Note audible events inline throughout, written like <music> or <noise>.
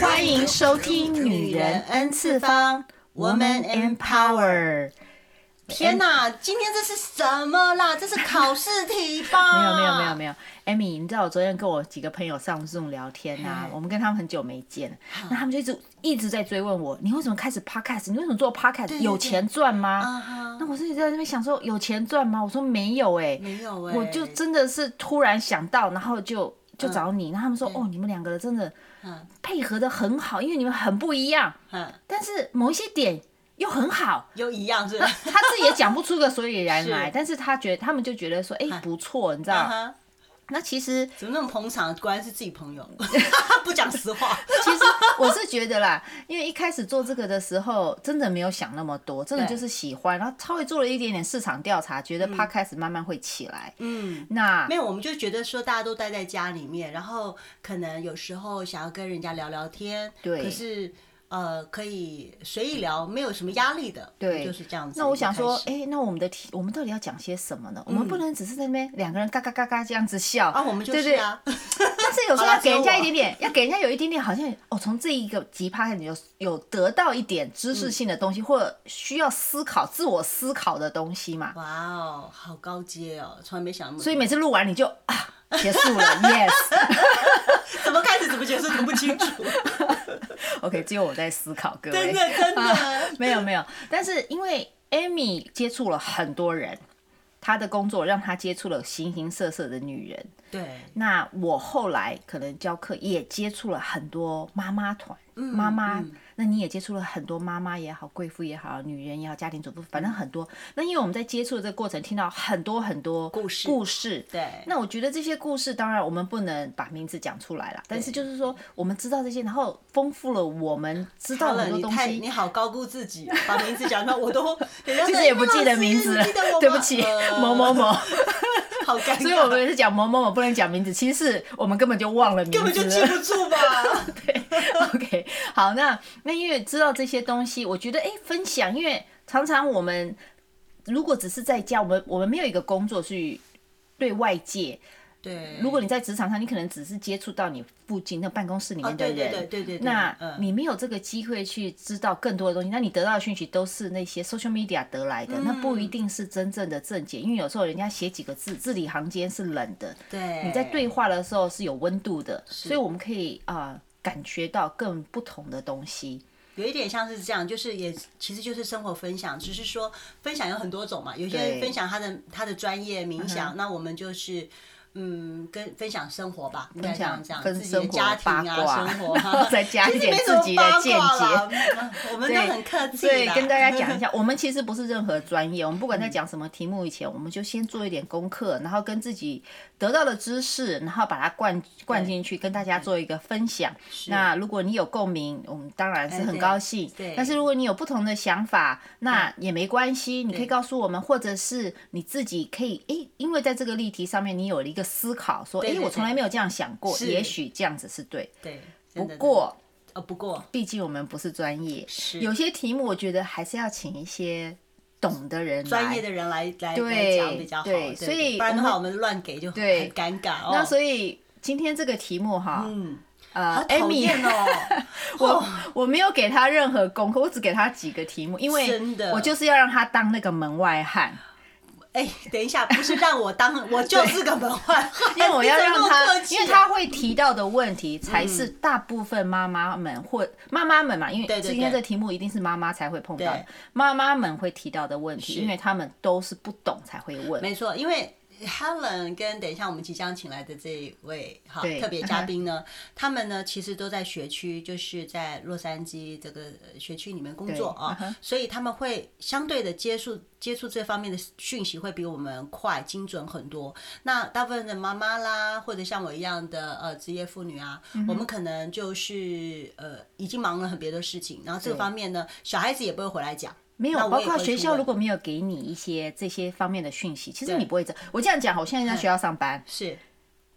欢迎收听《女人 N 次方》（Woman and Power）。天哪，今天这是什么啦？这是考试题吧？ <laughs> 没有没有没有没有，Amy，你知道我昨天跟我几个朋友上 Zoom 聊天啊，我们跟他们很久没见了，那他们就一直一直在追问我，你为什么开始 Podcast？你为什么做 Podcast？对对有钱赚啊吗？哈，那我自己在那边想说有钱赚吗？我说没有哎、没有哎、我就真的是突然想到，然后就就找你，然后他们说哦，你们两个真的嗯配合的很好，因为你们很不一样，嗯，但是某一些点又很 <laughs> 好。又一样是吧？ <laughs> 他自己也讲不出个所以然来，是嗯但是他觉得他们就觉得说，哎、不错，你知道？啊哈那其实怎么那么捧场？果然是自己 <laughs> 朋友，不讲实话。其实 <laughs> 我是觉得啦，因为一开始做这个的时候，真的没有想那么多，真的对就是喜欢，然后稍微做了一点点市场调查，觉得 podcast 慢慢会起来。嗯，那没有，我们就觉得说大家都待在家里面，然后可能有时候想要跟人家聊聊天，对可是呃可以随意聊，没有什么压力的，对就是这样子。那我想说一，开始嗯哎、那我们的题，我们到底要讲些什么呢？我们不能只是在那边两个人嘎嘎嘎嘎这样子笑啊，我们就对是对啊，但是有时候好啦要给人只有家我一点点，要给人家有一点点，好像哦，从这一个集趴开始有有得到一点知嗯识性的东西，或者需要思考、自我思考的东西嘛。哇哦，好高阶哦，从来没想那么多。所以每次录完你就啊，结束了，yes，OK，、怎么开始怎么结束都不清楚， <laughs> OK，只有我在思考，各真位啊的。真的。没有没有，但是因为 Amy 接触了很多人，她的工作让她接触了形形色色的女人。对，那我后来可能教课也接触了很多妈妈团，嗯妈妈、那你也接触了很多妈妈也好，贵妇也好，女人也好，家庭主妇，反正很多。那因为我们在接触的这个过程，听到很多很多故事故事。对那我觉得这些故事，当然我们不能把名字讲出来啦，但是就是说，我们知道这些，然后丰富了我们知道好了，很多你东太西你。好高估自 <laughs> 己，把名字讲到我都，人家其说实也不记得名字哎了你记得我吗，对不起，呃某某 <laughs> 某。好尴尬，所以我们每次讲某某某不能讲名字，其实是我们根本就忘了名字根了，本就记不 <laughs> 住吧。 OK，好，那那因为知道这些东西，我觉得哎、诶分享，因为常常我们如果只是在家，我们我们没有一个工作去对外界。对，如果你在职场上，你可能只是接触到你附近那办公室里面的哦对对人，对对对对那嗯你没有这个机会去知道更多的东西，那你得到的讯息都是那些 social media 得来的，那嗯不一定是真正的正解，因为有时候人家写几个字，字里行间是冷的，对，你在对话的时候是有温度的，所以我们可以啊、呃感觉到更不同的东西。有一点像是这样，就是也其实就是生活分享，只是说分享有很多种嘛，有些对人分享他的他的专业冥想，那我们就是。嗯，跟分享生活吧，应该这样分享讲，自己的分生活家庭啊，八卦生活然后 <laughs> 啊，再加一点其实没什么自己的见解八卦啦，嗯我们都很客气对，啦嗯跟大家讲一下，我们其实不是任何专业，我们不管在讲什么题目以前，我们就先做一点功课，然后跟自己得到的知识，然后把它灌灌进去，跟大家做一个分享。那如果你有共鸣，我们当然是很嗯哎对高兴。对但是如果你有不同的想法，那也没关系，你可以告诉我们，或者是你自己可以，诶，因为在这个例题上面，你有了一个思考，说，诶，对我从来对没有这样想过，是也许这样子是对。 <laughs> 对，不真的过，真的呃，不过毕竟我们不是专业，是有些题目我觉得还是要请一些懂的人来。专业的人来来来对讲比较好，对对，所对以不然的我话们我们乱给就很对尴尬哦。那所以今天这个题目哈，嗯，呃好讨，Amy，厌哦，我 <laughs> 我没有给他任何功课，我只给他几个题目，因为真的我就是要让他当那个门外汉，哎，等一下，不是让我当，我就是个门外 <laughs> 汉，因为我要哎你怎么让那么他客，气啊嗯因为他会提到的问题才是大部分妈妈们或妈妈们嘛，因为对对今天这对题目一定是妈妈才会碰到的对，妈妈们会提到的问题，因为他们都是不懂才会问。没错，因为 Helen 跟等一下我们即将请来的这一位哈对特别嘉宾呢，他们呢其实都在学区，就是在洛杉矶这个呃学区里面工作对嗯啊、哼所以他们会相对的接触接触这方面的讯息会比我们快、精准很多。那大部分的妈妈啦，或者像我一样的呃职业妇女啊，嗯我们可能就是呃已经忙了很别的事情，然后这个对方面呢，小孩子也不会回来讲。没有，那哦我包也括会学去校问如果没有给你一些这些方面的讯息，其实对嗯你不会这。我这样讲，我现在在学校上班，是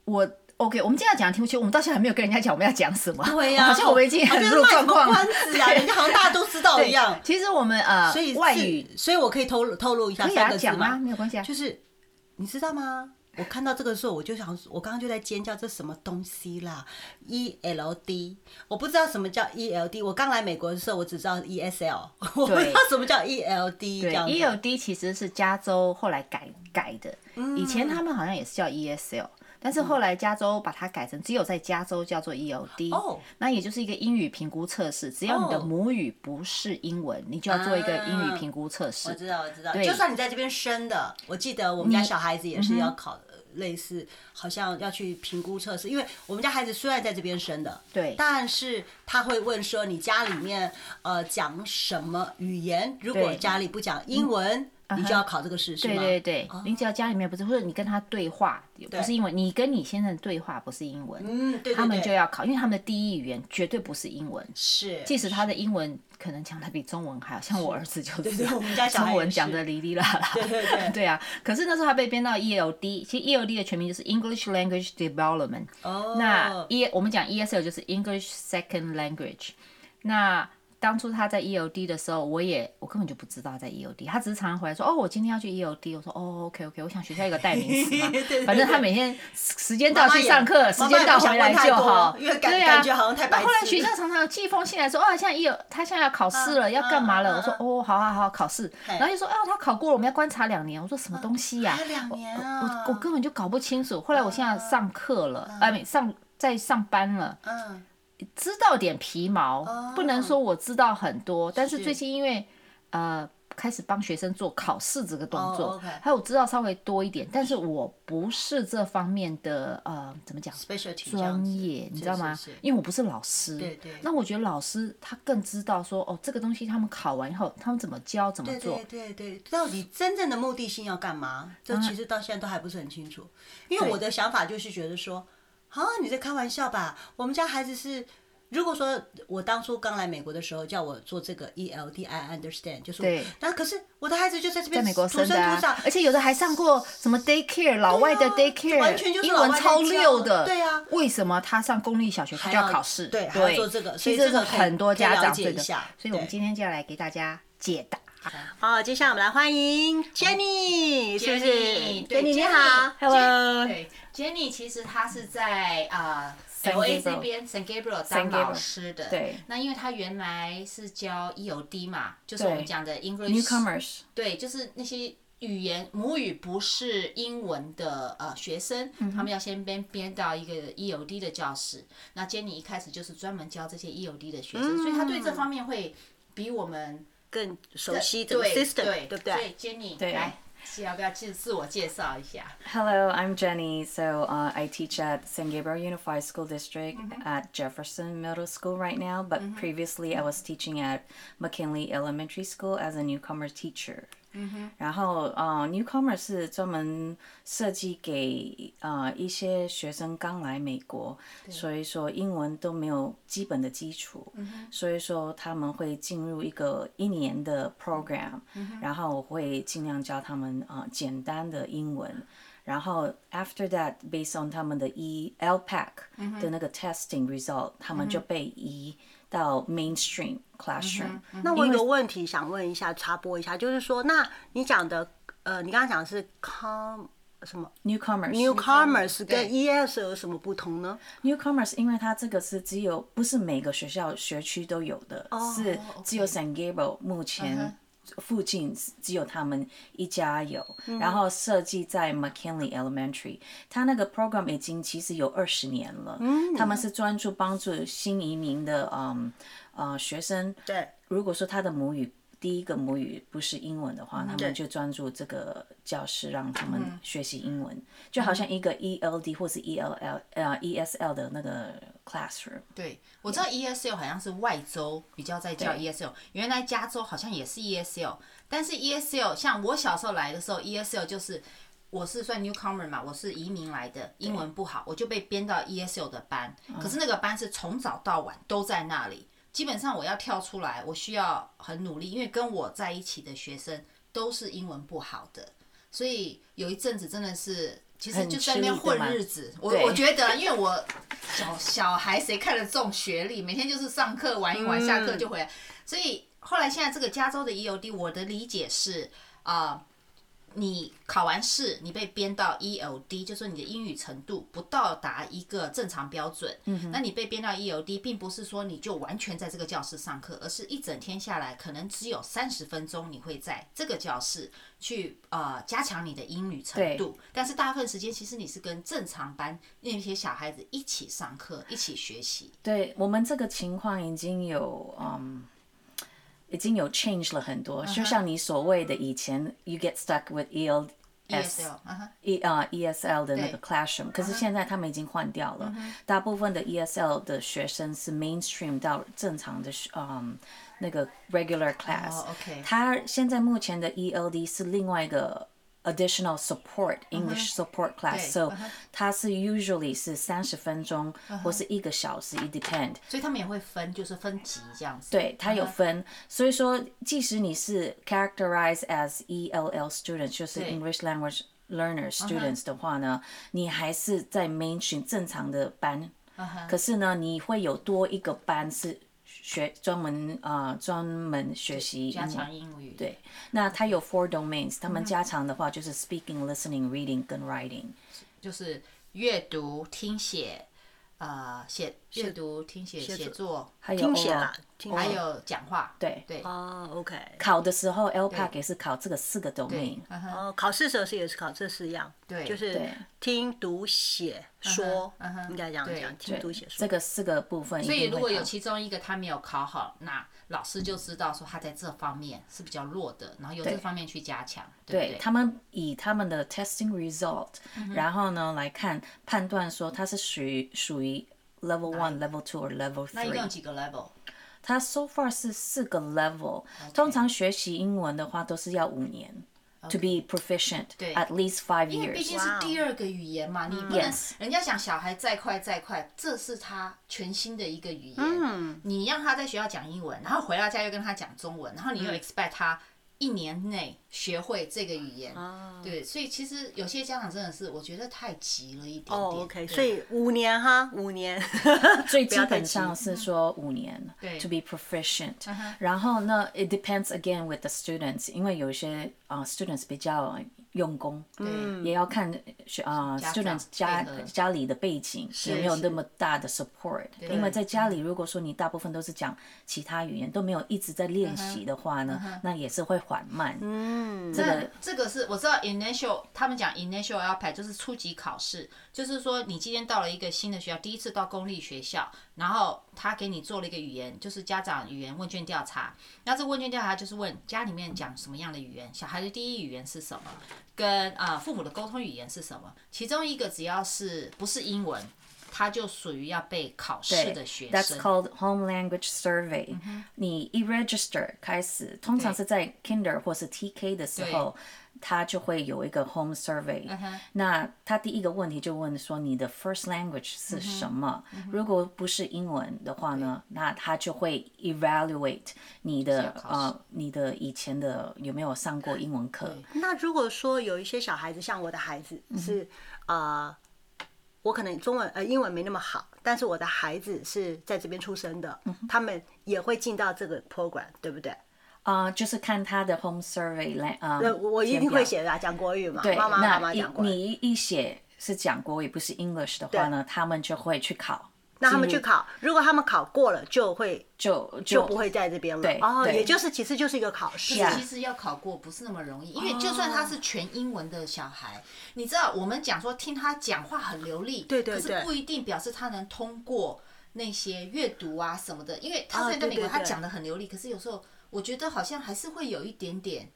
我 OK，我们今天要讲的题目，其实我们到现在还没有跟人家讲我们要讲什么，对呀、好像我们已经好很像入卖什状么况了关。子啊，人家好像大家都知道一样。其实我们呃，所以外是语所以我可以透露透露一下可以三啊个字讲啊，吗？没有关系啊。就是你知道吗？我看到这个时候，我就想，我刚刚就在尖叫，这什么东西啦？ELD，我不知道什么叫 ELD。我刚来美国的时候，我只知道 ESL，我不知道什么叫 ELD 这对 E 样子。 ，ELD 其实是加州后来改改的，嗯以前他们好像也是叫 ESL，但是后来加州把它改成只有在加州叫做 ELD，、哦那也就是一个英语评估测试，只要你的哦母语不是英文，你就要做一个英语评估测试。我知道，我知道，对就算你在这边生的，我记得我们家小孩子也是嗯要考呃类似，好像要去评估测试，因为我们家孩子虽然在这边生的，对但是他会问说你家里面呃讲什么语言？如果对嗯家里不讲英文，你就要考这个试，是对吗？哦对对，你只要家里面不是，或者你跟他对话不是英文，你跟你先生对话不是英文，嗯，对对对，他们就要考，因为他们的第一语言绝对不是英文。是，即使他的英文可能讲的比中文还好，像我儿子就是 <laughs> 对对我们家小孩中文也是讲的哩哩啦啦。 <laughs> 对对对啊，可是那时候他被编到 ELD，其实 ELD 的全名就是 English Language Development。哦，，那 E 我们讲 ESL 就是 English Second Language。那当初他在 ELD 的时候，我也我根本就不知道在 ELD，他只是常常回来说：“哦，我今天要去 ELD。”我说：“哦，OK OK，我想学校有个代名词嘛 <laughs> 对对对反正他每天时间到妈妈去也上课，时妈妈间也到不想回来问太就多好。”因为感对啊感觉好像太白后来痴学了校常常寄封信来说：“哦，现在 E 他现在要考试了，要干嘛了？”我说嗯：“哦，好好好，考试。”嘿嗯然后就说：“哦，他考过了，我们要观察两年。”我说：“什么东西呀还有？”两年啊，我我根本就搞不清楚。后来我现在上课了，啊，没上在上班了，嗯，知道点皮哦毛，不能说我知道很多，但是最近因为呃开始帮学生做考试这个动哦作，OK，还有我知道稍微多一点，但是我不是这方面的呃怎么讲 specialty 这样专子业，你是知道吗是是？因为我不是老师，对对那我觉得老师他更知道说哦这个东西他们考完以后他们怎么教怎么对做对，对对，到底真正的目的性要干嘛？这其实到现在都还不是很清楚。因为我的想法就是觉得说，啊，你在开玩笑吧？我们家孩子是，如果说我当初刚来美国的时候叫我做这个 E ELD，I understand，就是我对那可是我的孩子就在这边在美国土生生的、土啊长，，啊而且有的还上过什么 daycare 老外的 daycare，、完全就是英老外文在超教溜的。对啊为什么他上公立小学他就要还要考试？对还要对，做这个所其以实这个可以很多可以了家长解这一个，下所以我们对今天就要来给大家解答。好，接下来我们来欢迎 Jenny，是不是 Jenny，对？Jenny 你 Jenny 好 Hello，对，Jenny 其实她是在啊 San LA Gabriel 这边 San Gabriel 当 San 老 Gabriel，师的。对，那因为她原来是教 EOD 嘛，就是我们对讲的 English newcomers，对，就是那些语言母语不是英文的呃学生，他们要先编编到一个 EOD 的教室。那 Jenny 一开始就是专门教这些 EOD 的学生，所以他对这方面会比我们更熟悉这个对 system，对对不对？所以 Jenny 对来。是要不要自自我介绍一下？ Hello, I'm Jenny. So uh, I teach at San Gabriel Unified School District at Jefferson Middle School right now, but previously I was teaching at McKinley Elementary School as a newcomer teacher. 然后呃，Newcomer 是专门设计给呃一些学生刚来美国，所以说英文都没有基本的基础，所以说他们会进入一个一年的 program，、然后我会尽量教他们呃简单的英文。然后 after that based on 他们的 E LPAC 的那个 testing result，、他们就被移到 mainstream classroom、那我有个问题想问一下，插播一下，就是说，那你讲的，呃，你刚刚讲的是 com 什么 newcomers newcomers 跟对 ES 有什么不同呢？ Newcomers，因为它这个是只有不是每个学校学区都有的是只有 San Gabriel 目前附近只有他们一家有然后设计在 McKinley Elementary，它那个 program 已经其实有二十年了他们是专注帮助新移民的嗯呃学生对，如果说他的母语第一个母语不是英文的话，他对们就专注这个教室，让他们学习英文，就好像一个 ELD 或是 ELL 呃 ESL 的那个 classroom。对，我知道 ESL 好像是外州比较在教 ESL，原来加州好像也是 ESL，但是 ESL 像我小时候来的时候，ESL 就是我是算 newcomer 嘛，我是移民来的，英文不好，我就被编到 ESL 的班，嗯可是那个班是从早到晚都在那里，基本上我要跳出来，我需要很努力，因为跟我在一起的学生都是英文不好的，所以有一阵子真的是。其实很就在那边吃力的混嘛日子，我对我觉得，因为我小小孩谁看得重学历？每天就是上课玩一玩，下课就回 E 来。所以后来现在这个加州的 EOD，我的理解是啊、呃你考完试，你被编到 ELD，就是你的英语程度不到达一个正常标准，嗯那你被编到 ELD，并不是说你就完全在这个教室上课，而是一整天下来，可能只有三十分钟你会在这个教室去呃加强你的英语程度，但是大部分时间其实你是跟正常班那些小孩子一起上课，一起学习。对我们这个情况已经有嗯。已经有 change 了很多就像你所谓的以前，you get stuck with E EL ESL，嗯哼 E 啊、ESL 的那个对 classroom，可是现在他们已经换掉了。大部分的 ESL 的学生是 mainstream 到正常的学嗯那个 regular class。哦，OK 他现在目前的 ELD 是另外一个 additional support English support class，对 so 嗯哼它是 usually 是三十分钟或是一个小时，it depend。所以他们也会分，就是分级这样子。对，它有嗯哼分。所以说，即使你是 characterized as ELL students，就是对嗯 English language learner students 的话呢，你还是在 mainstream 正常的班。嗯可是呢，你会有多一个班是学专门啊、呃专门学习加英文强。英嗯语。对，那它有 four domains，他们加强的话就是 speaking、listening、reading 跟 writing。就是阅读、听写，呃，写阅读、听写、写写作作，还有听写 oral 啦，哦听写还有讲话。对对，哦，OK，考的时候 LPAC 也是考这个四个 domain 对。嗯哼哦，考试的时候是也是考这四样，对就是对听、读、写、说嗯哼，应该这样对讲，听、对读、写、，这说。个四个部分一所以定如果会有考。其中一个他没有考好，那老师就知道说他在这方面是比较弱的，然后由这方面去加强，对不对对？他们以他们的 testing result，、然后呢来看判断说它是属于属于 level one、level two 或 level 那一共有 three。几个 level？它 so far 是四个 level。通常学习英文的话都是要五年。To be proficient 对 at least five 因为毕 years，竟是哇哦第二个语言嘛，你不能 Yes 人家想小孩再快再快，这是他全新的一个语言。嗯你让他在学校讲英文，然后回到家又跟他讲中文，然后你嗯又 expect 他一年内学会这个语言。哦对，所以其实有些家长真的是，我觉得太急了一点点。哦，OK，对所以五年哈，五年，最基要太本急上是说五年对，to be proficient。然后呢，it depends again with the students，因为有一些啊 students 比较用功，对也要看学啊、嗯家 students 家配合家里的背景有没有那么大的 support，因为在家里如果说你大部分都是讲其他语言，都没有一直在练嗯习的话呢，那也是会缓慢。嗯，这那个这个是我知道 initial，他们讲 initial LPAC 就是初级考试，就是说你今天到了一个新的学校，第一次到公立学校，然后他给你做了一个语言，就是家长语言问卷调查。那这个问卷调查就是问家里面讲什么样的语言，小孩的第一语言是什么，跟啊、呃父母的沟通语言是什么。其中一个只要是不是英文，他就属于要被考试的学，that's 生。嗯 called home language survey、你一 register 开始，通常对是在 kinder 或是 TK 的时候。它就会有一个 home survey，、那嗯他第一个问题就问说你的 first language 是什么？嗯如果不是英文的话呢，那他就会 evaluate 你的是要考试呃你的以前的有没有上过英文课？那如果说有一些小孩子，像我的孩子是呃，我可能中文呃英文没那么好，但是我的孩子是在这边出生的，他们也会进到这个 program，对不对？啊、就是看他的 home survey 来啊、呃，我一定填表会写的啊，讲国语嘛，对，妈妈妈妈那一讲国语，你一写是讲国语不是 English 的话呢，他们就会去考，那他们去进入考，如果他们考过了，就会就就不会在这边了。对哦，对也就是其实就是一个考试。其实要考过不是那么容易，因为就算他是全英文的小孩，你知道我们讲说听他讲话很流利，对对可对是不一定表示他能通过那些阅读啊什么的，因为啊他在那对美国对他对讲的很流利，可是有时候我觉得好像还是会有一点点，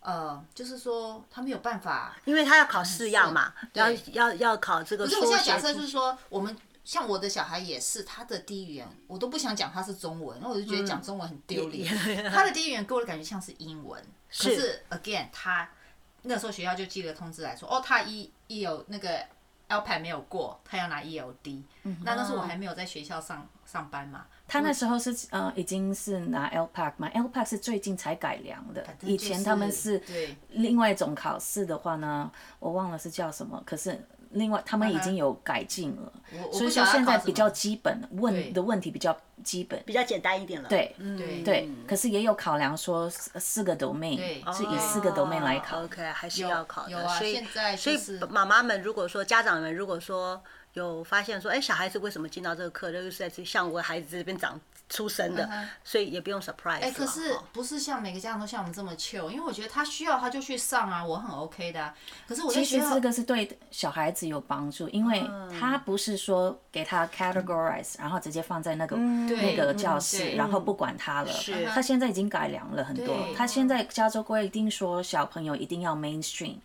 呃，就是说他没有办法。因为他要考四样嘛，对要要要考这个可是说我现在写假设听就是说我们。像我的小孩也是，他的第一语言我都不想讲他是中文，那我就觉得讲嗯中文很丢脸。他的第一语言给我的感觉像是英文，可是 again 他那时候学校就寄了通知来说，哦，他一一有那个 L 牌没有过，他要拿 ELD、那那嗯时候我还没有在学校上上班嘛，他那时候是呃，已经是拿 LPAC 嘛，LPAC 是最近才改良的，反正以就前他们是是对另外一种考试的话呢，我忘了是叫什么，可是另外他们已经有改进了，嗯我所不以晓说得要现在靠什比较么基本问对嗯的问题比较基本， <laughs> 比较简单一点了。对嗯对对，可是也有考量说四四个 domain 对哦是以四个 domain 来考。哦 OK，还是有要考的。有啊所以现在所就以是妈妈们如果说家长们如果说有发现说，哎，小孩子为什么进到这个课，就是在这像我孩子这边长出生的，所以也不用 surprise 了。嗯哎、可是哦不是像每个家长都像我们这么 chill，因为我觉得他需要他就去上啊，我很 OK 的、啊。可是我在其学实校嗯这个是对小孩子有帮助，因为他不是说给他 categorize，然后直接放在那个那对个嗯教室，对然后不管他了。他现在已经改良了很多对。嗯他现在加州规定说小朋友一定要 mainstream，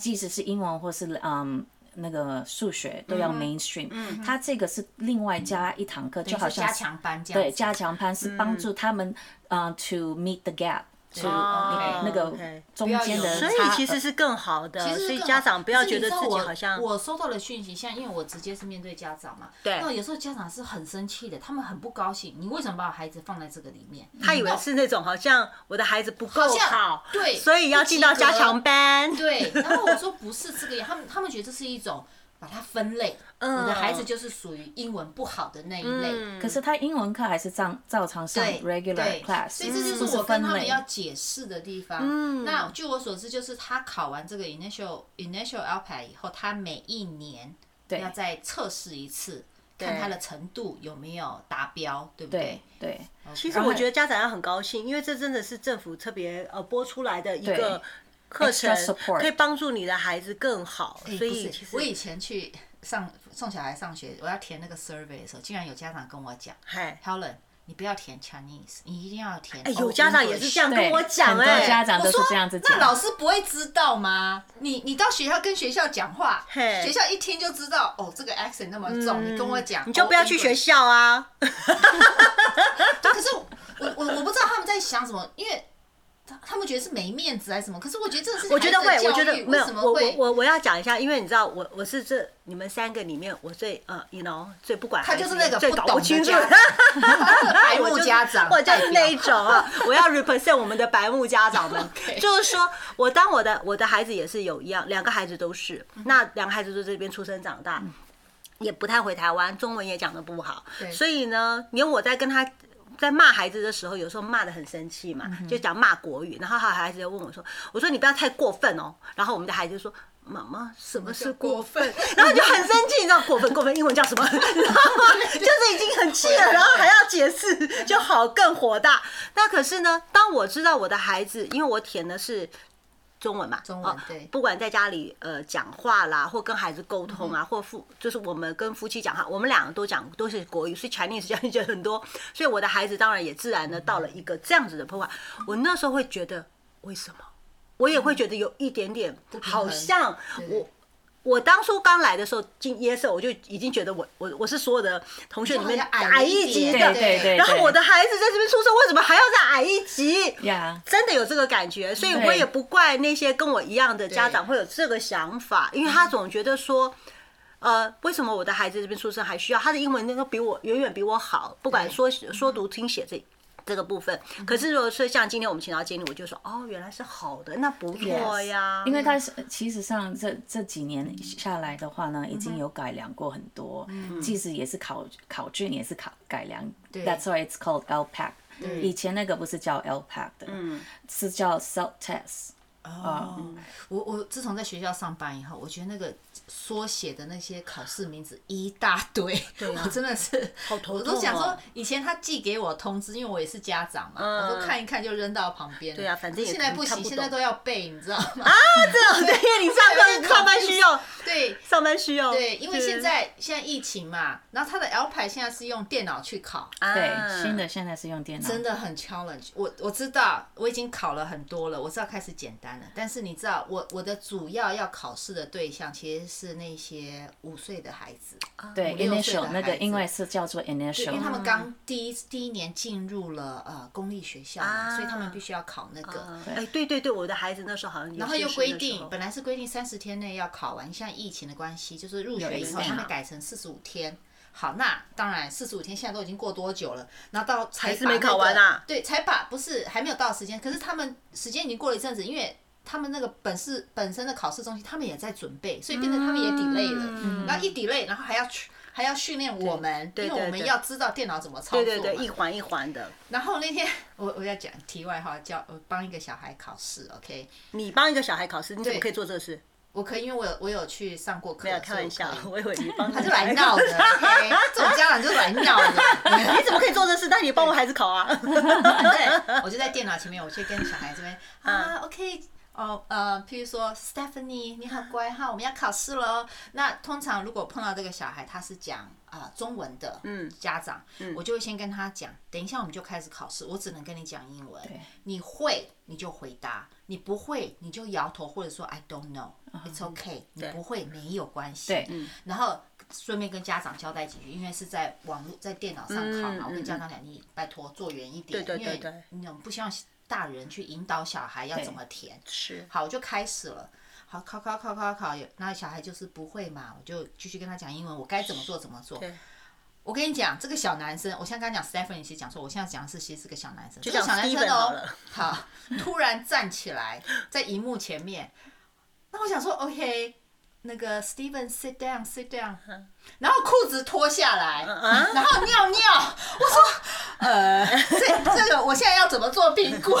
即嗯使是英文或是嗯。那个数学都嗯要 mainstream，、他这个是另外加一堂课，就好是像加是强班这样对子加强班是帮助他们，嗯、to meet the gap，to 哦那个 OK 中间的不所要有差以其额实是更好的，其实呃所以更家好长不要可是觉你得知道自己我好像我收到的讯息，像因为我直接是面对家长嘛，对那有时候家长是很生气的，他们很不高兴，你为什么把我孩子放在这个里面？ <laughs> 他以为那是那种好像我的孩子不够好像好，对所以要进到加强班。对，然后我说不是这个样，他们他们觉得这是一种把它分类，我的孩子就是属于英文不好的那一类。嗯，可是他英文课还是照照常上对 regular 对 class，所以这不嗯就是是我跟分他们类。要解释的地方。那据我所知，就是他考完这个 initial initial alpha 以后，他每一年对要再测试一次，看他的程度有没有达标，对不对对，其实我觉得家长要很高兴，因为这真的是政府特别呃播出来的一个课程 Extra support，可以帮助你的孩子更好。所哎不以是其实我以前去上送小孩上学，我要填那个 survey 的时候，竟然有家长跟我讲嗨， ，Helen，你不要填 Chinese，你一定要填 Old 哎 English。有家长也是这样跟对我讲很多哎，家长都欸我是说这样子那老讲。师不会知道吗？你你到学校跟学校讲话，嘿嗯学校一听就知道哦，这个 accent 那么重，你跟我讲，哦你就不要去学。校啊。对，啊可是我我我不知道他们在想什么，因为他他们觉得是没面子还是什么。可是我觉得这是我觉得会孩子，的我觉教得育没有为什，么我我 <laughs> 会我我要讲一下，因为你知道，我我是这你们三个里面，我最呃，you know，最不管他孩子就是那个最不搞懂不的清楚 <laughs> 家的白我目就是家长我就代是那表一种啊，我要 represent 我们的白目家长们 <laughs> <laughs> OK 就是说我当我的我的孩子也是有一样，两个孩子都是，嗯那两个孩子都这边出生长大，也不太回台湾，中文也讲的不好，对所以呢，连我在跟他。在骂孩子的时候，有时候骂的很生气嗯嘛，就讲骂国语，然后还有孩子就问我说：“我说你不要太过分哦。”然后我们的孩子就说：“妈妈，什么是过分？”然后就很生气，你知道过分过分英文叫 <laughs> 什么？你知道吗？就是已经很气了，然后还要解释，就好更火大。那可是呢，当我知道我的孩子，因为我填的是。中文嘛，中文哦对嗯不管在家里呃讲话啦，或跟孩子沟通啊，或夫就是我们跟夫妻讲话，我们两个都讲都是国语，所以 Chinese 讲就很多，所以我的孩子当然也自然的到了一个这样子的破坏。我那时候会觉得为什么？我也会觉得有一点点嗯平好衡像我我当初刚来的时候进耶社，我就已经觉得我我我是所有的同学里面就好像矮矮一一级点的，对对对然后我的孩子在这边出生，为什么还要再矮一级？呀，真的有这个感觉，所以对我也不怪那些跟我一样的家长会有这个想法，因为他总觉得说。呃，为什么我的孩子这边出生还需要他的英文都比我远远比我好，不管说说读听写这这个部分。嗯可是如果说像今天我们请到经理，我就说哦，原来是好的，那不错 Yes，呀。因为他是其实上这这几年下来的话呢，已嗯经有改良过很多，即使也是考考卷也是考改良，That's why it's called LPAC。以前那个不是叫 LPAC 的，嗯嗯是叫 self test。哦，我我自从在学校上班以后，我觉得那个缩写的那些考试名字一大堆， <laughs> 我真的是好啊头我痛都想哦嗯说，以前他寄给我通知，因为我也是家长嘛，我都看一看就扔到旁边了。对啊反正也现在不看行，不懂现在都要背，你知道吗？对，对因为你上课上班需要，对。上班需要。对，因为现在现在疫情嘛，然后他的 L 牌现在是用电脑去考，对，啊新的现在是用电脑，真的很 challenge。我我知道，我已经考了很多了，我知道开始简单了。但是你知道，我我的主要要考试的对象其实是那些五岁的孩子，对五六岁的 initial 那孩个，子因为哦是叫做因 initial，为他们刚第一第一年进入了呃公立学校嘛，啊所以他们必须要考那个。哎，对对对，我的孩子那时候好像有些是那然后又规时定，候本来是规定三十天内要考完，像疫情的关系，就是入学以后有 exam 他们改成四十五天。好，那当然四十五天现在都已经过多久了？然后到才还是把没那考个完啊对，才把不是还没有到时间，可是他们时间已经过了一阵子，因为。他们那个本事本身的考试中心，他们也在准备，所以变得他们嗯也 delay 了，然后一 delay，然后还要去还要训练我们，对因对为我们对要知道电脑怎么操作对嘛。对对，一环一环的。然后那天 <laughs> 我我要讲题外话，叫我帮一个小孩考试，OK，你帮一个小孩考试，你怎么对可以做这个事？我可以，因为我有我有去上过课，不要开玩笑所以，我可以我以为你帮他他 <laughs> 就来闹的，OK，这种家长就是来闹的。 <laughs> 你怎么可以做这事？但你帮我孩子考啊！ <laughs> 对，我就在电脑前面，我去跟小孩这边啊，OK。哦，呃，譬如说，Stephanie，你好乖哈，我们要考试了哦。那通常如果碰到这个小孩，他是讲啊、呃中文的，嗯，家长，我就会先跟他讲，等一下我们就开始考试，我只能跟你讲英文，你会你就回答，你不会你就摇头或者说 I don't know，it's okay，、你不会没有关系，对然后顺便跟家长交代几句，因为是在网络在电脑上考嘛，嗯我跟家长讲，你拜托坐远一点，对对对因对为你总不希望大人去引导小孩要怎么填。是好，我就开始了。好，考考考考考，那小孩就是不会嘛，我就继续跟他讲英文，我该怎么做怎么做对。我跟你讲，这个小男生，我像刚刚讲 Stephanie 其实讲说，我现在讲的是其实是个小男生，就讲小男生 Steven 好哦了，好，突然站起来在荧幕前面，那我想说 OK，那个 Steven sit down sit down，然后裤子脱下来，啊然后尿尿，我 <laughs> 说呃，这这个我现在要怎么做评估？ <laughs> 我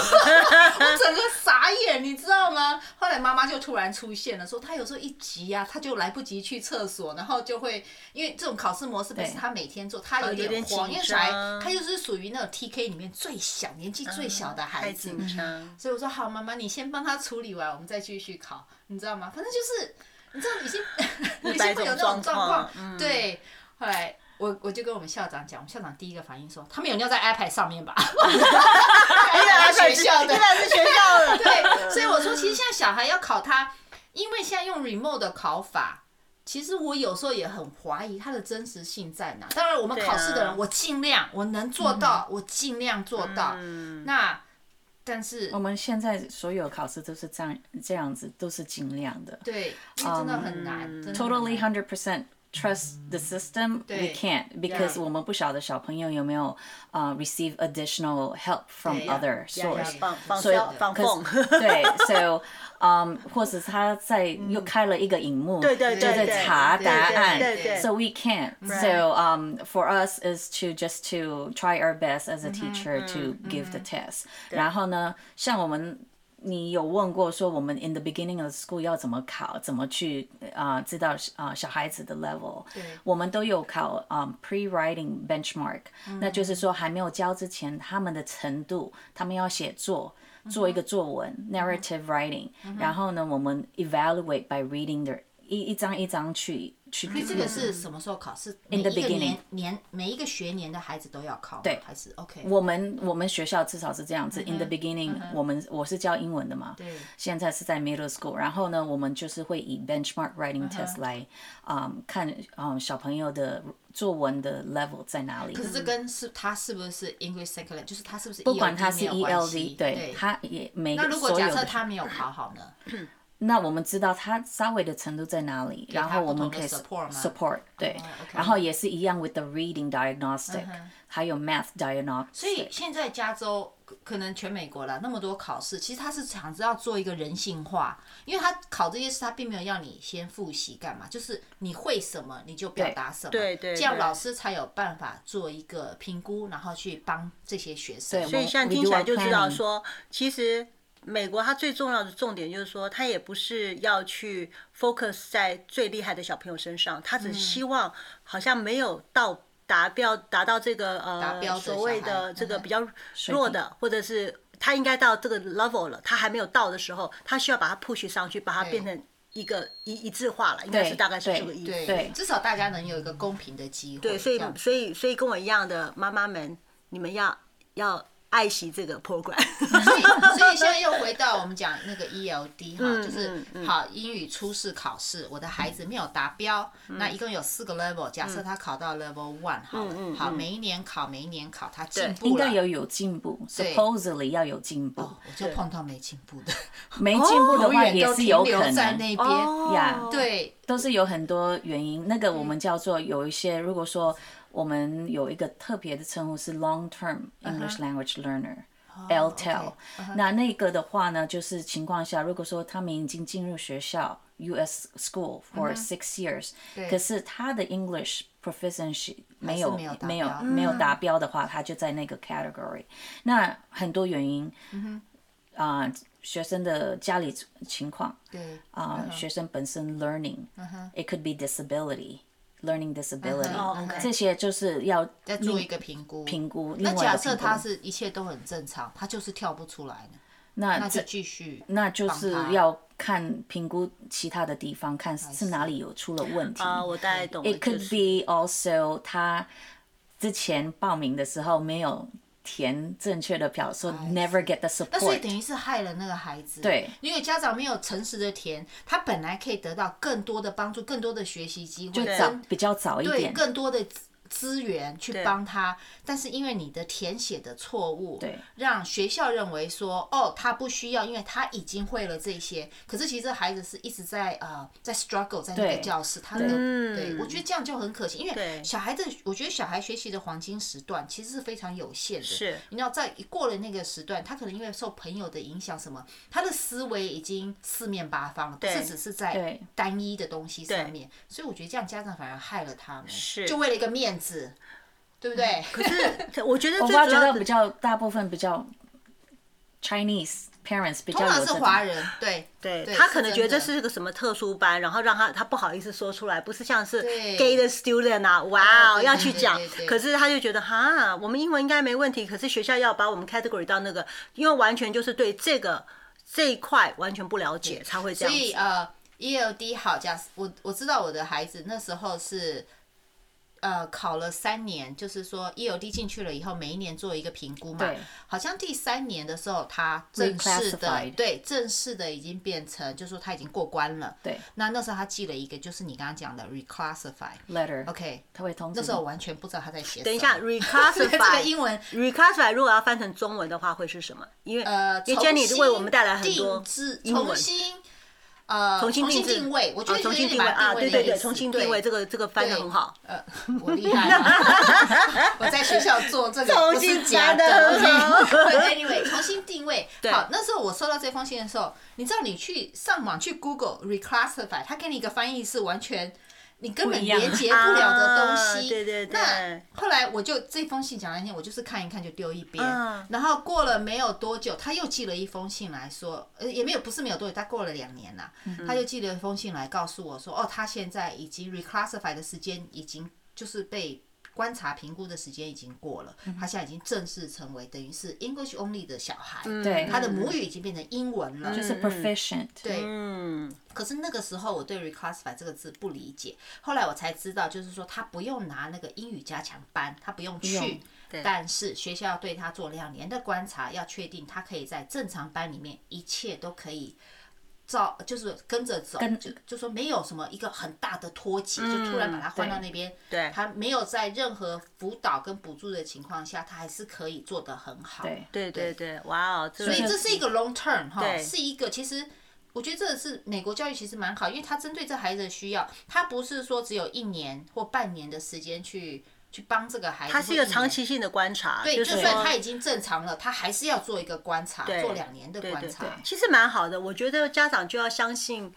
整个傻眼，你知道吗？后来妈妈就突然出现了，说她有时候一急啊，她就来不及去厕所，然后就会因为这种考试模式不是对她每天做，她有哦有点点慌，紧因为小孩张她就是属于那种 TK 里面最小、年纪最小的孩啊太子，紧张，所以我说好，妈妈你先帮他处理完，我们再继续考，你知道吗？反正就是，你知道女性 <laughs> 女性会有那种状况，嗯对。后来我我就跟我们校长讲，我们校长第一个反应说，他们有尿在 iPad 上面吧？ <laughs> 来 iPad 学校的依，然是学校的， <laughs> 对。所以我说，其实现在小孩要考他，因为现在用 remote 的考法。其实我有时候也很怀疑它的真实性在哪。当然，我们对啊考试的人，我尽量，我能做到，我尽量做到。嗯那但是我们现在所有考试都是这样这样子，都是尽量的。对，因为真的很难。真的很嗯 Totally 难 hundred percent trust the system. We 对 can't because Yeah. 我们不晓得小朋友有没有呃 receive additional help from 对呀 other 呀呀 source. <laughs> 放放所以消放可凤，是对，so，嗯、或者他在又开了一个荧幕，对对就对在对查对答案对对对，so we can't。So um for us is to just to try our best as a teacher Mm-hmm. to give the test。然后呢，像我们。你有问过说我们 in the beginning of school 要怎么考，怎么去啊、呃知道啊、呃小孩子的 level？对我们都有考啊、嗯 pre writing benchmark，、那 Mm-hmm. 就是说还没有交之前他们的程度，他们要写作。Mm-hmm. 做一个作文、narrative writing，、然后呢，我们 evaluate by reading the 一一张一张去去所以这个是什么时候考试？每一 the 个 beginning 年年每一个学年的孩子都要考吗，对还是 OK？我们我们学校至少是这样子。In the 嗯 beginning，、我们我是教英文的嘛，对现在是在 middle school，然后呢，我们就是会以 benchmark writing test 来，嗯，看嗯小朋友的作文的 level 在哪里。可是这跟是他是不是 English Second，就是他是不是不管他是 ELD 没有关 ELD，系对，他也每那个如果所有假的设他没有考好呢？那我们知道他稍微的程度在哪里，然后我们可以不同的 support 吗哦 support 对，然后也是一样 with the reading diagnostic，还有 math diagnostic，嗯所以现在加州可可能全美国啦，那么多考试，其实他是想着要做一个人性化，因为他考这些事，他并没有要你先复习干嘛，就是你会什么你就表达什么，对对对这样老师才有办法做一个评估，然后去帮这些学生。对所以现在 We do 听起来就知道 our planning 说，其实美国它最重要的重点就是说，它也不是要去 focus 在最厉害的小朋友身上，它只希嗯望好像没有到达标达到这个达标呃的所谓小的孩这个嗯比较弱的，或者是他应该到这个 level 了，他还没有到的时候，他需要把它 push 上去，把它变成一个一一致化了，应该对是大概是对这个意思。对，对至少大家能有一个公平的机会。对，所以这样所以所以跟我一样的妈妈们，你们要要爱惜这个 program。所以所以现在又回到我们讲那个 ELD 哈，嗯就是好英语初试考试，我的孩子没有达标，嗯那一共有四个 level，假设他考到 level one 好了，好每一年考每一年考他进嗯应步了该。有有进步对，supposedly 要有进步，我就碰到没进步的，没进步 <laughs> 的哦永话远也都是停有可留在那哦能。哦边。呀对，都是有很多原因，那个我嗯们叫做有一些，如果 Uh-huh 说我们有一个特别的称呼是 long term English language learner，哦 LTEL，、那那个的话呢，就是情况下，如果说他们已经进入学校 U.S. school Uh-huh for six years，、可是他的 English proficiency 没有没有达没有标嗯没有达标的话，他就在那个 category。那很多原因，嗯啊、学生的家里情况，对啊、学生本身嗯 learning，it could be disability。learning disability，、哦，OK 这些就是要再做一个评估。评估。那另外假的设评估他是一切都很正常，他就是跳不出来呢，那那这就继续。那就是帮他要看评估其他的地方，看是哪里有出了问题。啊，我大概懂了。 It could 就是 be also 他之前报名的时候没有填正确的表，说 never get the 哎那所以等 support。于是害了那个孩子，对，因为家长没有诚实的填，他本来可以得到更多的帮助、更多的学习机会，早跟比较早一对点，更多的资资源去帮他，但是因为你的填写的错误，对让学校认为说哦，他不需要，因为他已经会了这些。可是其实这孩子是一直在呃在 struggle 在那对个教室，他的对我觉得这样就很可惜，因为对小孩子，我觉得小孩学习的黄金时段其实是非常有限的，是你知道在一过了那个时段，他可能因为受朋友的影响，什么他的思维已经四面八方了，不是只是在对单一的东西上面，所以我觉得这样家长反而害了他们，是就为了一个面子，对不对？可是我觉得我最发主觉要到的比较大部分比较 Chinese parents 比 <laughs> 较通常有是这种华人，对对对他是可能真觉得这的是个什么特殊班，然后让他他不好意思说出来，不是像是对 gay 的 student 啊，哇、哦对要对去对讲对对，可是他就觉得哈，我们英文应该没问题，可是学校要把我们 category 到那个，因为完全就是对这个这一块完全不了解，才会这样所以子。呃，ELD 好，假设我我知道我的孩子那时候是。呃，考了三年，就是说 ELD 进去了以后，每一年做一个评估嘛对。好像第三年的时候，他正式的 Reclassified 对正式的已经变成，就是说他已经过关了。对那那时候他记了一个，就是你刚刚讲的 reclassify。 letter， OK，他会通知那你。时候我完全不知道他在写什么。等一下这个，reclassify 英文 reclassify 如果要翻成中文的话会是什么？因为呃，因为重 Jenny 新为我们带来很多定制，英文重新呃重重新定制定位，我觉啊得重新有点定位把啊，定对对位的对，意思重新定位这个这个翻的对很好。 <laughs> 呃，我厉害了，我在学校做这个不是假重的新加的很好 <laughs> Anyway，重新定位。对好，那时候我收到这封信的时候，你知道你去上网去 Google reclassify，它给你一个翻译是完全。你根本不一样连接不了的东西，啊对对对那后来我就这封信讲那天，我就是看一看就丢一边，嗯然后过了没有多久，他又寄了一封信来说，呃，也没有不是没有多久，他过了两年啦，他就寄了一封信来告诉我说，哦，他现在已经 reclassify 的时间已经就是被观察评估的时间已经过了，他现在已经正式成为等于是 English only 的小孩，对嗯他嗯的母语已经变成英文了，就是 proficient，对，嗯，可是那个时候我对 reclassify 这个字不理解，后来我才知道，就是说他不用拿那个英语加强班，他不用去用，但是学校要对他做两年的观察，要确定他可以在正常班里面一切都可以。照就是跟着走，跟就就说没有什么一个很大的脱节，就突然把他换到那边，对他没有在任何辅导跟补助的情况下，他还是可以做得很好。对对对对，哇哦，所所以这是一个 long term 哈，对是一个其实。我觉得这是美国教育其实蛮好，因为它针对这孩子的需要，它不是说只有一年或半年的时间去去帮这个孩子。它是一个或年长，期性的观察，对，就就是算说他已经正常了，他还是要做一个观察，对做两年的对观对对察，。其实蛮好的。我觉得家长就要相信。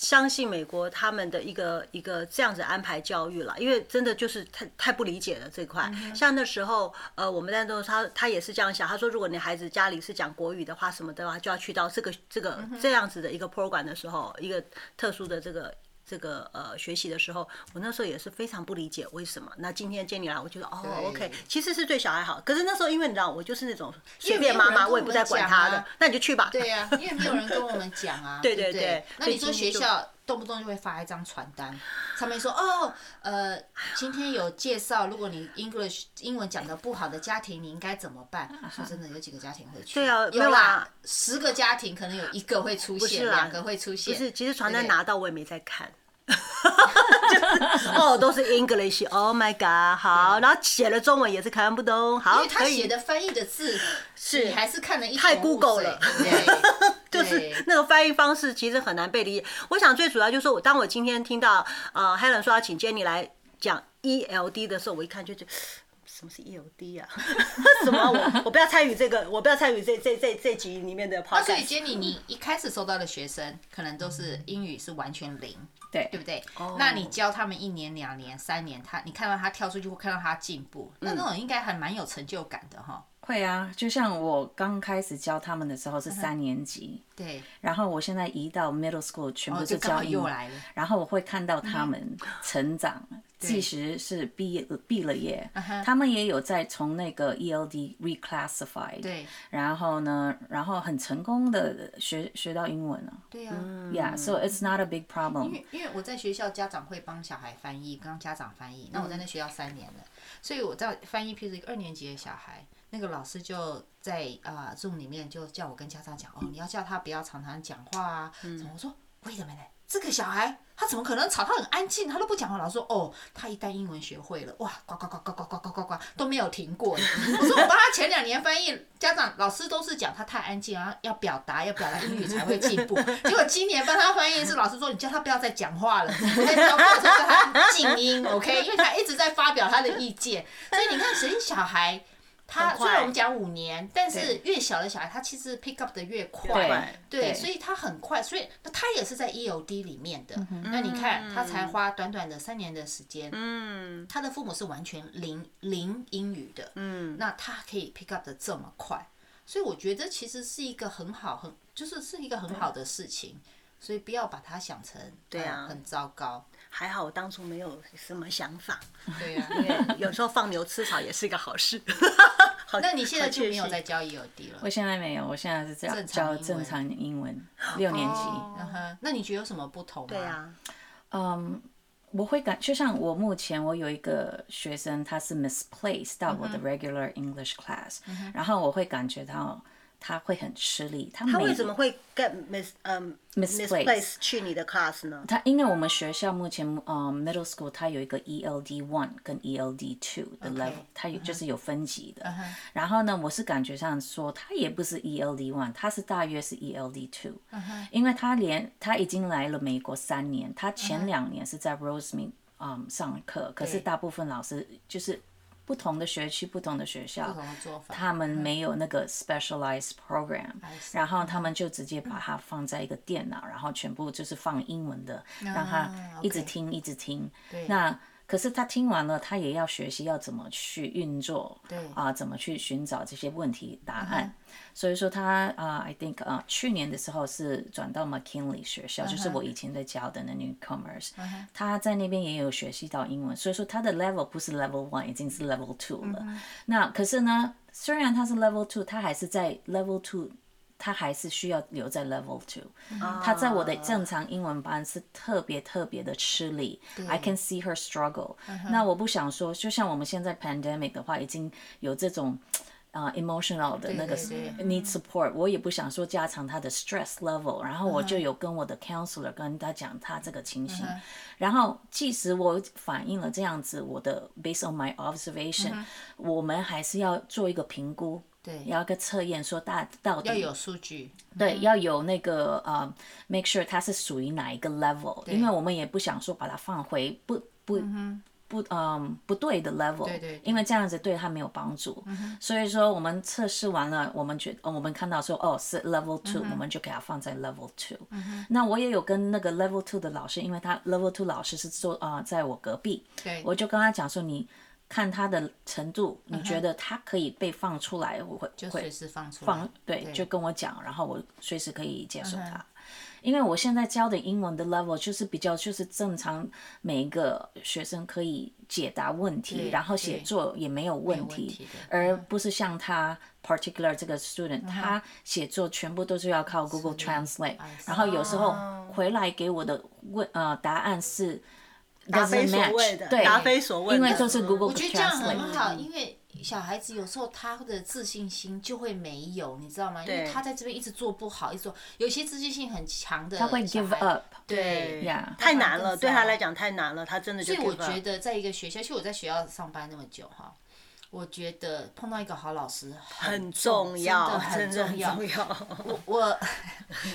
相信美国他们的一个一个这样子安排教育了，因为真的就是太太不理解了这块。像那时候，呃，我们在那时候他他也是这样想，他说如果你孩子家里是讲国语的话，什么的话，就要去到这个这个这样子的一个 program 的时候，一个特殊的这个这个呃学习的时候，我那时候也是非常不理解为什么。那今天见你来，我觉得哦对，OK，其实是对小孩好。可是那时候因为你知道，我就是那种随为没有便妈人妈，跟我也我不们再管讲他啊的，那你就去吧。对呀、因为没有人跟我们讲啊，<laughs> 对对不对那你所说以今学天就校动不动就会发一张传单，上面说哦，呃，今天有介绍，如果你 English 英文讲的不好的家庭，你应该怎么办？说真的，有几个家庭会去，对啊没有有啦啊，十个家庭可能有一个会出是现，啦两个会出现，不是，其实传单对拿到我也没在看。 <laughs> 就是哦，都是 English，Oh my god，好，然后写了中文也是看不懂，因好，为他可写以，的翻译的字，是你还是看了一太头雾 Google 水了，对 <laughs> 就是对那个翻译方式其实很难被理解。我想最主要就是我，当我 E 今天听到呃 Helen 说要请 Jenny 来讲 ELD 的时候，我一看就觉得 <gasps> 什么是 ELD 啊？ <laughs> 什么啊、 <laughs> 我我不要参与这个，我不要参与这这这这集里面的 p o 那 d c 啊所 a 以 s 杰米，你一开始收到的学生可能都是英语是完全零，对对不对？那你教他们一年、两年、三年，他你看到他跳出去，或看到他进步，那那种应该还蛮有成就感的哈。会啊，就像我刚开始教他们的时候嗯是三年级，对，然后我现在移到 middle school，全部哦哦，就是刚教好英又文，来了。嗯然后我会看到他们成长，即使是毕业毕了业，嗯他们也有在从那个 ELD reclassified，对然后呢，然后很成功的学学到英文了、对呀、啊， Yeah，so it's not a big 因 problem。为因为我在学校，家长会帮小孩翻译，帮家长翻译。那我在那学校三年了，所以我在翻译，譬如一个二年级的小孩，那个老师就在啊、呃 Zoom 里面就叫我跟家长讲，哦，你要叫他不要常常讲话啊。什么？我说为什么呢？这个小孩他怎么可能吵？他很安静，他都不讲话。老师说哦，他一旦英文学会了，哇，呱呱呱呱呱呱呱呱呱都没有停过。 <laughs> 我说我帮他前两年翻译，家长老师都是讲他太安静，然后要表达要表达英语才会进步。 <laughs> 结果今年帮他翻译是老师说你叫他不要再讲话了， <laughs> 我在教课的时候叫他静音，OK，因为他一直在发表他的意见。所以你看，谁小孩。他很虽快然我们讲五年，但是越小的小孩，他其实 pick up 的越快，对，对所以他很快，所以那他也是在 EOD 里面的。那你看，他才花短短的三年的时间，嗯，他的父母是完全零零英语的，嗯，那他可以 pick up 的这么快，所以我觉得其实是一个很好，很就是是一个很好的事情。所以不要把它想成对啊很糟糕。还好我当初没有什么想法，对呀、因为有时候放牛吃草也是一个好事。好 <laughs> 那你现在好就确没有实在教 EOD 了我。现在没有，我现在是正教常英教文正常英文，六年级。嗯哼，那你觉得有什么不同吗？对啊，嗯，我会感，就像我目前我有一个学生，他是 misplaced 到我嗯的 regular English class，、然后我会感觉到他会很吃力。他他每为什么会 get mis 嗯 Misplaced misplace 去你的 class 呢？他因为我们学校目前呃 middle school 它有一个 ELD one 跟 ELD two 的 level，、它嗯有就是有分级的。然后呢，我是感觉上说他也不是 ELD one，他是大约是 ELD two，、嗯因为他连他已经来了美国三年，他嗯前两年是在 Rosemead 嗯上课，可是大部分老师就是不同的学区、不同的学校，不同的做法。他们没有那个 specialized program，、 see 然后他们就直接把它放在一个电脑，然后全部就是放英文的，让他一直啊 OK 听一直听。那可是他听完了，他也要学习要怎么去运作，对啊、怎么去寻找这些问题答案。所以说他啊、i think 啊、去年的时候是转到 McKinley 学校就是我以前在教的那 newcomers，、他在那边也有学习到英文，所以说他的 level 不是 level one，已经是 level two 了。那可是呢，虽然他是 level two，他还是在 level two。他还是需要留在 level two，、他嗯在我的正常英文班是特别特别的吃力，I can see her struggle、那嗯我不想说，就像我们现在 pandemic 的话，已经有这种啊、emotional 的那个对 need support，我也不想说加强他的 stress level，然后我就有跟我的 counselor 跟他讲他这个情形，嗯然后即使我反映了这样子，我的 based on my observation，、我嗯们还是要做一个评估。对要一个测验，说大到底要有嗯数据，对，要有那个呃、m a k e sure 它是属于哪一个 level，因为我们也不想说把它放回不不、不嗯、不对的 level，对对对嗯因为这样子对它没有帮助。所以说我们测试完了，我们觉呃我们看到说哦是 level two，、我嗯们就给它放在 level two、那我也有跟那个 level two 的老师，因为他 level two 老师是坐啊、呃在我隔壁，对嗯我就跟他讲说你。看他的程度，你觉得他可以被放出来，我会就会随时放出来。放对，就跟我讲，然后我随时可以接嗯受它。因为我现在教的英文的 level 就是比较就是正常，每一个学生可以解答问题，对然后写对作也没有问问题，题的嗯而不是像他 particular 这个 student，、他写作全部都是要靠 Google Translate，然后有时候啊回来给我的问呃答案是答 doesn't 非所 match，谓的，对，答非所问因的，为都是 Google 嗯我觉得这样 Translate，很好，因为小孩子有时候他的自信心就会没有，你知道吗？因为对他在这边一直做不好，一直做，有些自信心很强的，他会 give up，对呀太难了，更糟对他来讲太难了，他真的就所以我 give up 觉得，在一个学校，其实我在学校上班那么久哈，我觉得碰到一个好老师很重重要，真真的的很很重要。重要。我 <laughs> 我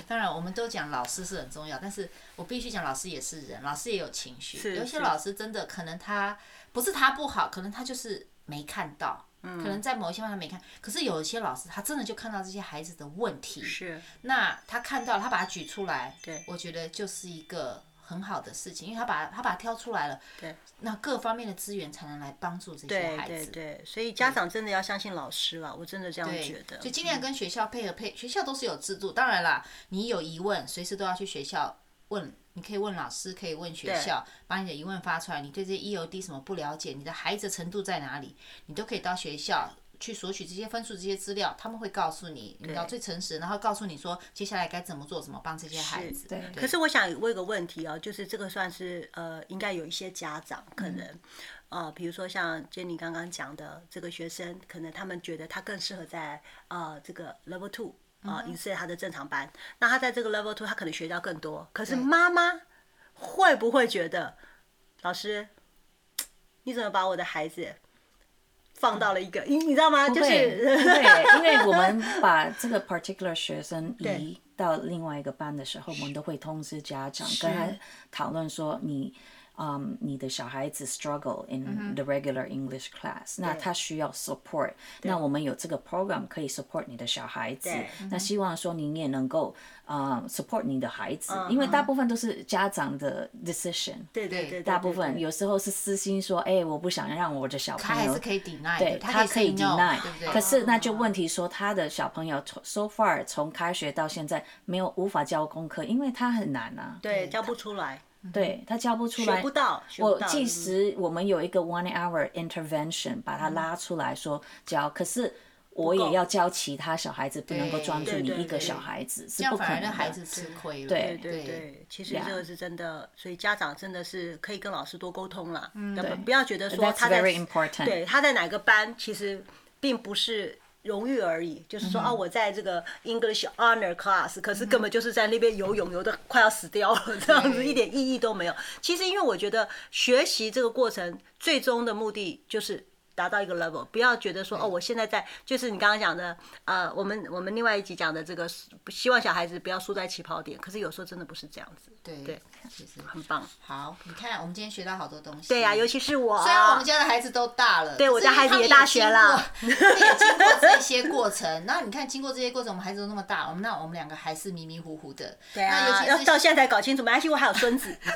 当然，我们都讲老师是很重要，但是我必须讲老师也是人，老师也有情绪。是有些是老师真的可能他不是他不好，可能他就是没看到，嗯可能在某一些方面没看，可是有一些老师他真的就看到这些孩子的问题， <laughs> 是那他看到了他把它举出来，对我觉得就是一个很好的事情，因为他把他把它挑出来了，对，那各方面的资源才能来帮助这些对孩对子。对，所以家长真的要相信老师啦，我真的这样对觉得。就嗯尽量跟学校配合配，学校都是有制度。当然啦，你有疑问，随时都要去学校问，你可以问老师，可以问学校，把你的疑问发出来。你对这些 EOD 什么不了解，你的孩子程度在哪里，你都可以到学校。去索取这些分数、这些资料，他们会告诉你，你要最诚实，然后告诉你说接下来该怎么做，怎么帮这些孩子。对可是我想问一个问题哦，就是这个算是呃，应该有一些家长可嗯能、呃，比如说像杰尼刚刚讲的这个学生，可能他们觉得他更适合在呃这个 level two 嗯啊、呃，以色列他的正常班，那他在这个 level two 他可能学到更多，可是妈妈会不会觉得老师，你怎么把我的孩子？放到了一个，你你知道吗？就是 <laughs> 对，因为我们把这个 particular 学生移到另外一个班的时候，我们都会通知家长，跟他讨论说你。嗯你的小孩子 struggle Mm-hmm in the regular English class，、那他需要 support，那我们有这个 program 可以 support 你的小孩子对，Mm-hmm 那希望说您也能够啊、呃 support 你的孩子因为大部分都是家长的 decision，Uh-huh 对对对对，大部分对有时候是私心说，哎、我不想让我的小他朋还友是可以 deny，对的他可 say 以 no， deny，对不对？可是那就问题说他的小朋友从 so far 从开学到现在没有无法教功课，因为他很难啊，对教不出来，对他教不出来，学不到，学不我到即嗯使我们有一个 one hour intervention 把他拉出来说教，可是我也要教其他小孩子，不能够对专注对你对一个对小孩子这是样不可反而能让的。孩子吃亏了。对对对，其实这个是真的，所以家长真的是可以跟老师多沟通啦，那不不要觉得说嗯 That's 他在 very 哎 important 对他在哪个班，其实并不是。荣誉而已，就是嗯说啊，我在这个 English Honor Class，可是根本就是在那边游泳，游的快要死掉了，这样子一点意义都没有。其实，因为我觉得学习这个过程最终的目的就是达到一个 level，不要觉得嗯说哦，我现在在就是你刚刚讲的，呃，我们我们另外一集讲的这个，希望小孩子不要输在起跑点，可是有时候真的不是这样子，对对，其实很棒。好，你看我们今天学到好多东西。对呀、尤有。其是我，啊虽然我们家的孩子都大了，对我家孩子也大学了可是他们也经过他们也经过这些过程。 <laughs> 那你看，经过这些过程，我们孩子都那么大，我们那我们两个还是迷迷糊糊的。对那啊，尤要其到是。现在才搞清楚，没 <laughs> 关系，我还有孙子， <laughs>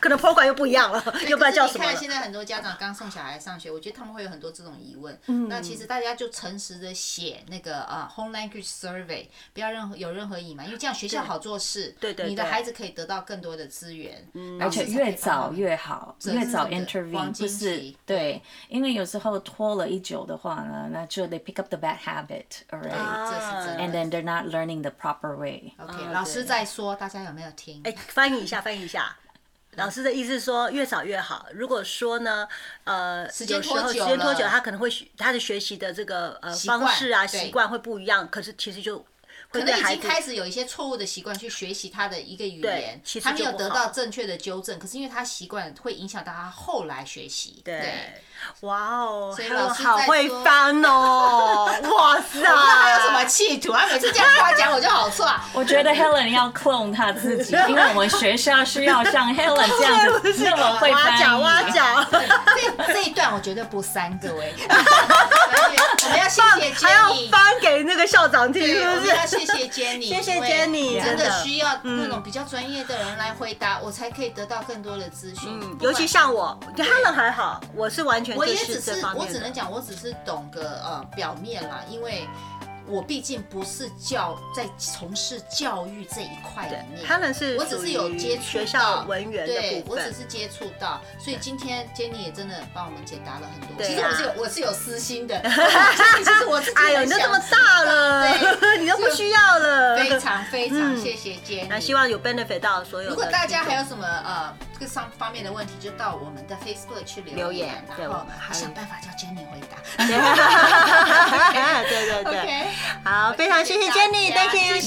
可能 program 又不一样了， <laughs> 又不知道叫什么可是了。你看现在很多家长刚送小孩上学，我觉得他们会有很多这种疑问。嗯那其实大家就诚实的写那个啊、home language survey，不要任何有任何隐瞒，因为这样学校好做事，对对对嗯你的孩子可以得到更多的资源，而且越早越好，这是越早真的黄 intervene 金不期是对，因为有时候拖了一久的话呢，那就 they pick up the bad habit 哎这 already，and 是真的。 then they're not learning the proper way。啊 OK，老师在说，大家有没有听？哎，翻译一下，翻译一下。老师的意思是说，越少越好。如果说呢，呃，时间拖久时间拖久，了他可能会学他的学习的这个呃惯方式啊、对习惯会不一样。可是其实就会可对能已孩经子开始有一些错误的习惯去学习他的一个语言其，实他没就有不得好到正确的纠正，可是因为他习惯会影响到他后来学习。对对，，哇哦，以还老有师好在会说翻哦，哇塞！我不知道他有什么企图，啊他每次这样跟我讲，我就好错。啊我觉得 Helen 要 clone 她自 <laughs> 己，因为我们学校是要像 <laughs> Helen 这 <laughs> 样子那么会挖角翻挖译。角，这这一段我绝 <laughs> 对不删，各位。我们要谢谢还要 Jenny，翻给那个校长听，对，是我不们是？要谢谢 Jenny，谢谢因为 Jenny，真真的的嗯需要那种比较专业的人来回答，我才可以得到更多的资讯。嗯不尤管其像我，他们还好，我是完全我就也只这是方，我面只能的。讲，我只是懂个呃表面啦，因为我毕竟不是教在从事教育这一块里面。他们是我只是有接触学到校文员的对，部我只分，是接触到，所以今天 Jenny 也真的帮我们解答了很多。对啊其实我是有我是有私 <laughs> 心的，其实我自己哎呦，很你都这么想大了知道，对你都不需要了。非常非常嗯谢谢 Jenny。那希望有 benefit 到所有的如听众。果大家还有什么呃这个上方面的问题，就到我们的 Facebook 去留留言对然我后们还有想办法叫 Jenny 回答。对对对对， OK。好，非常谢谢 Jenny，Thank you，谢谢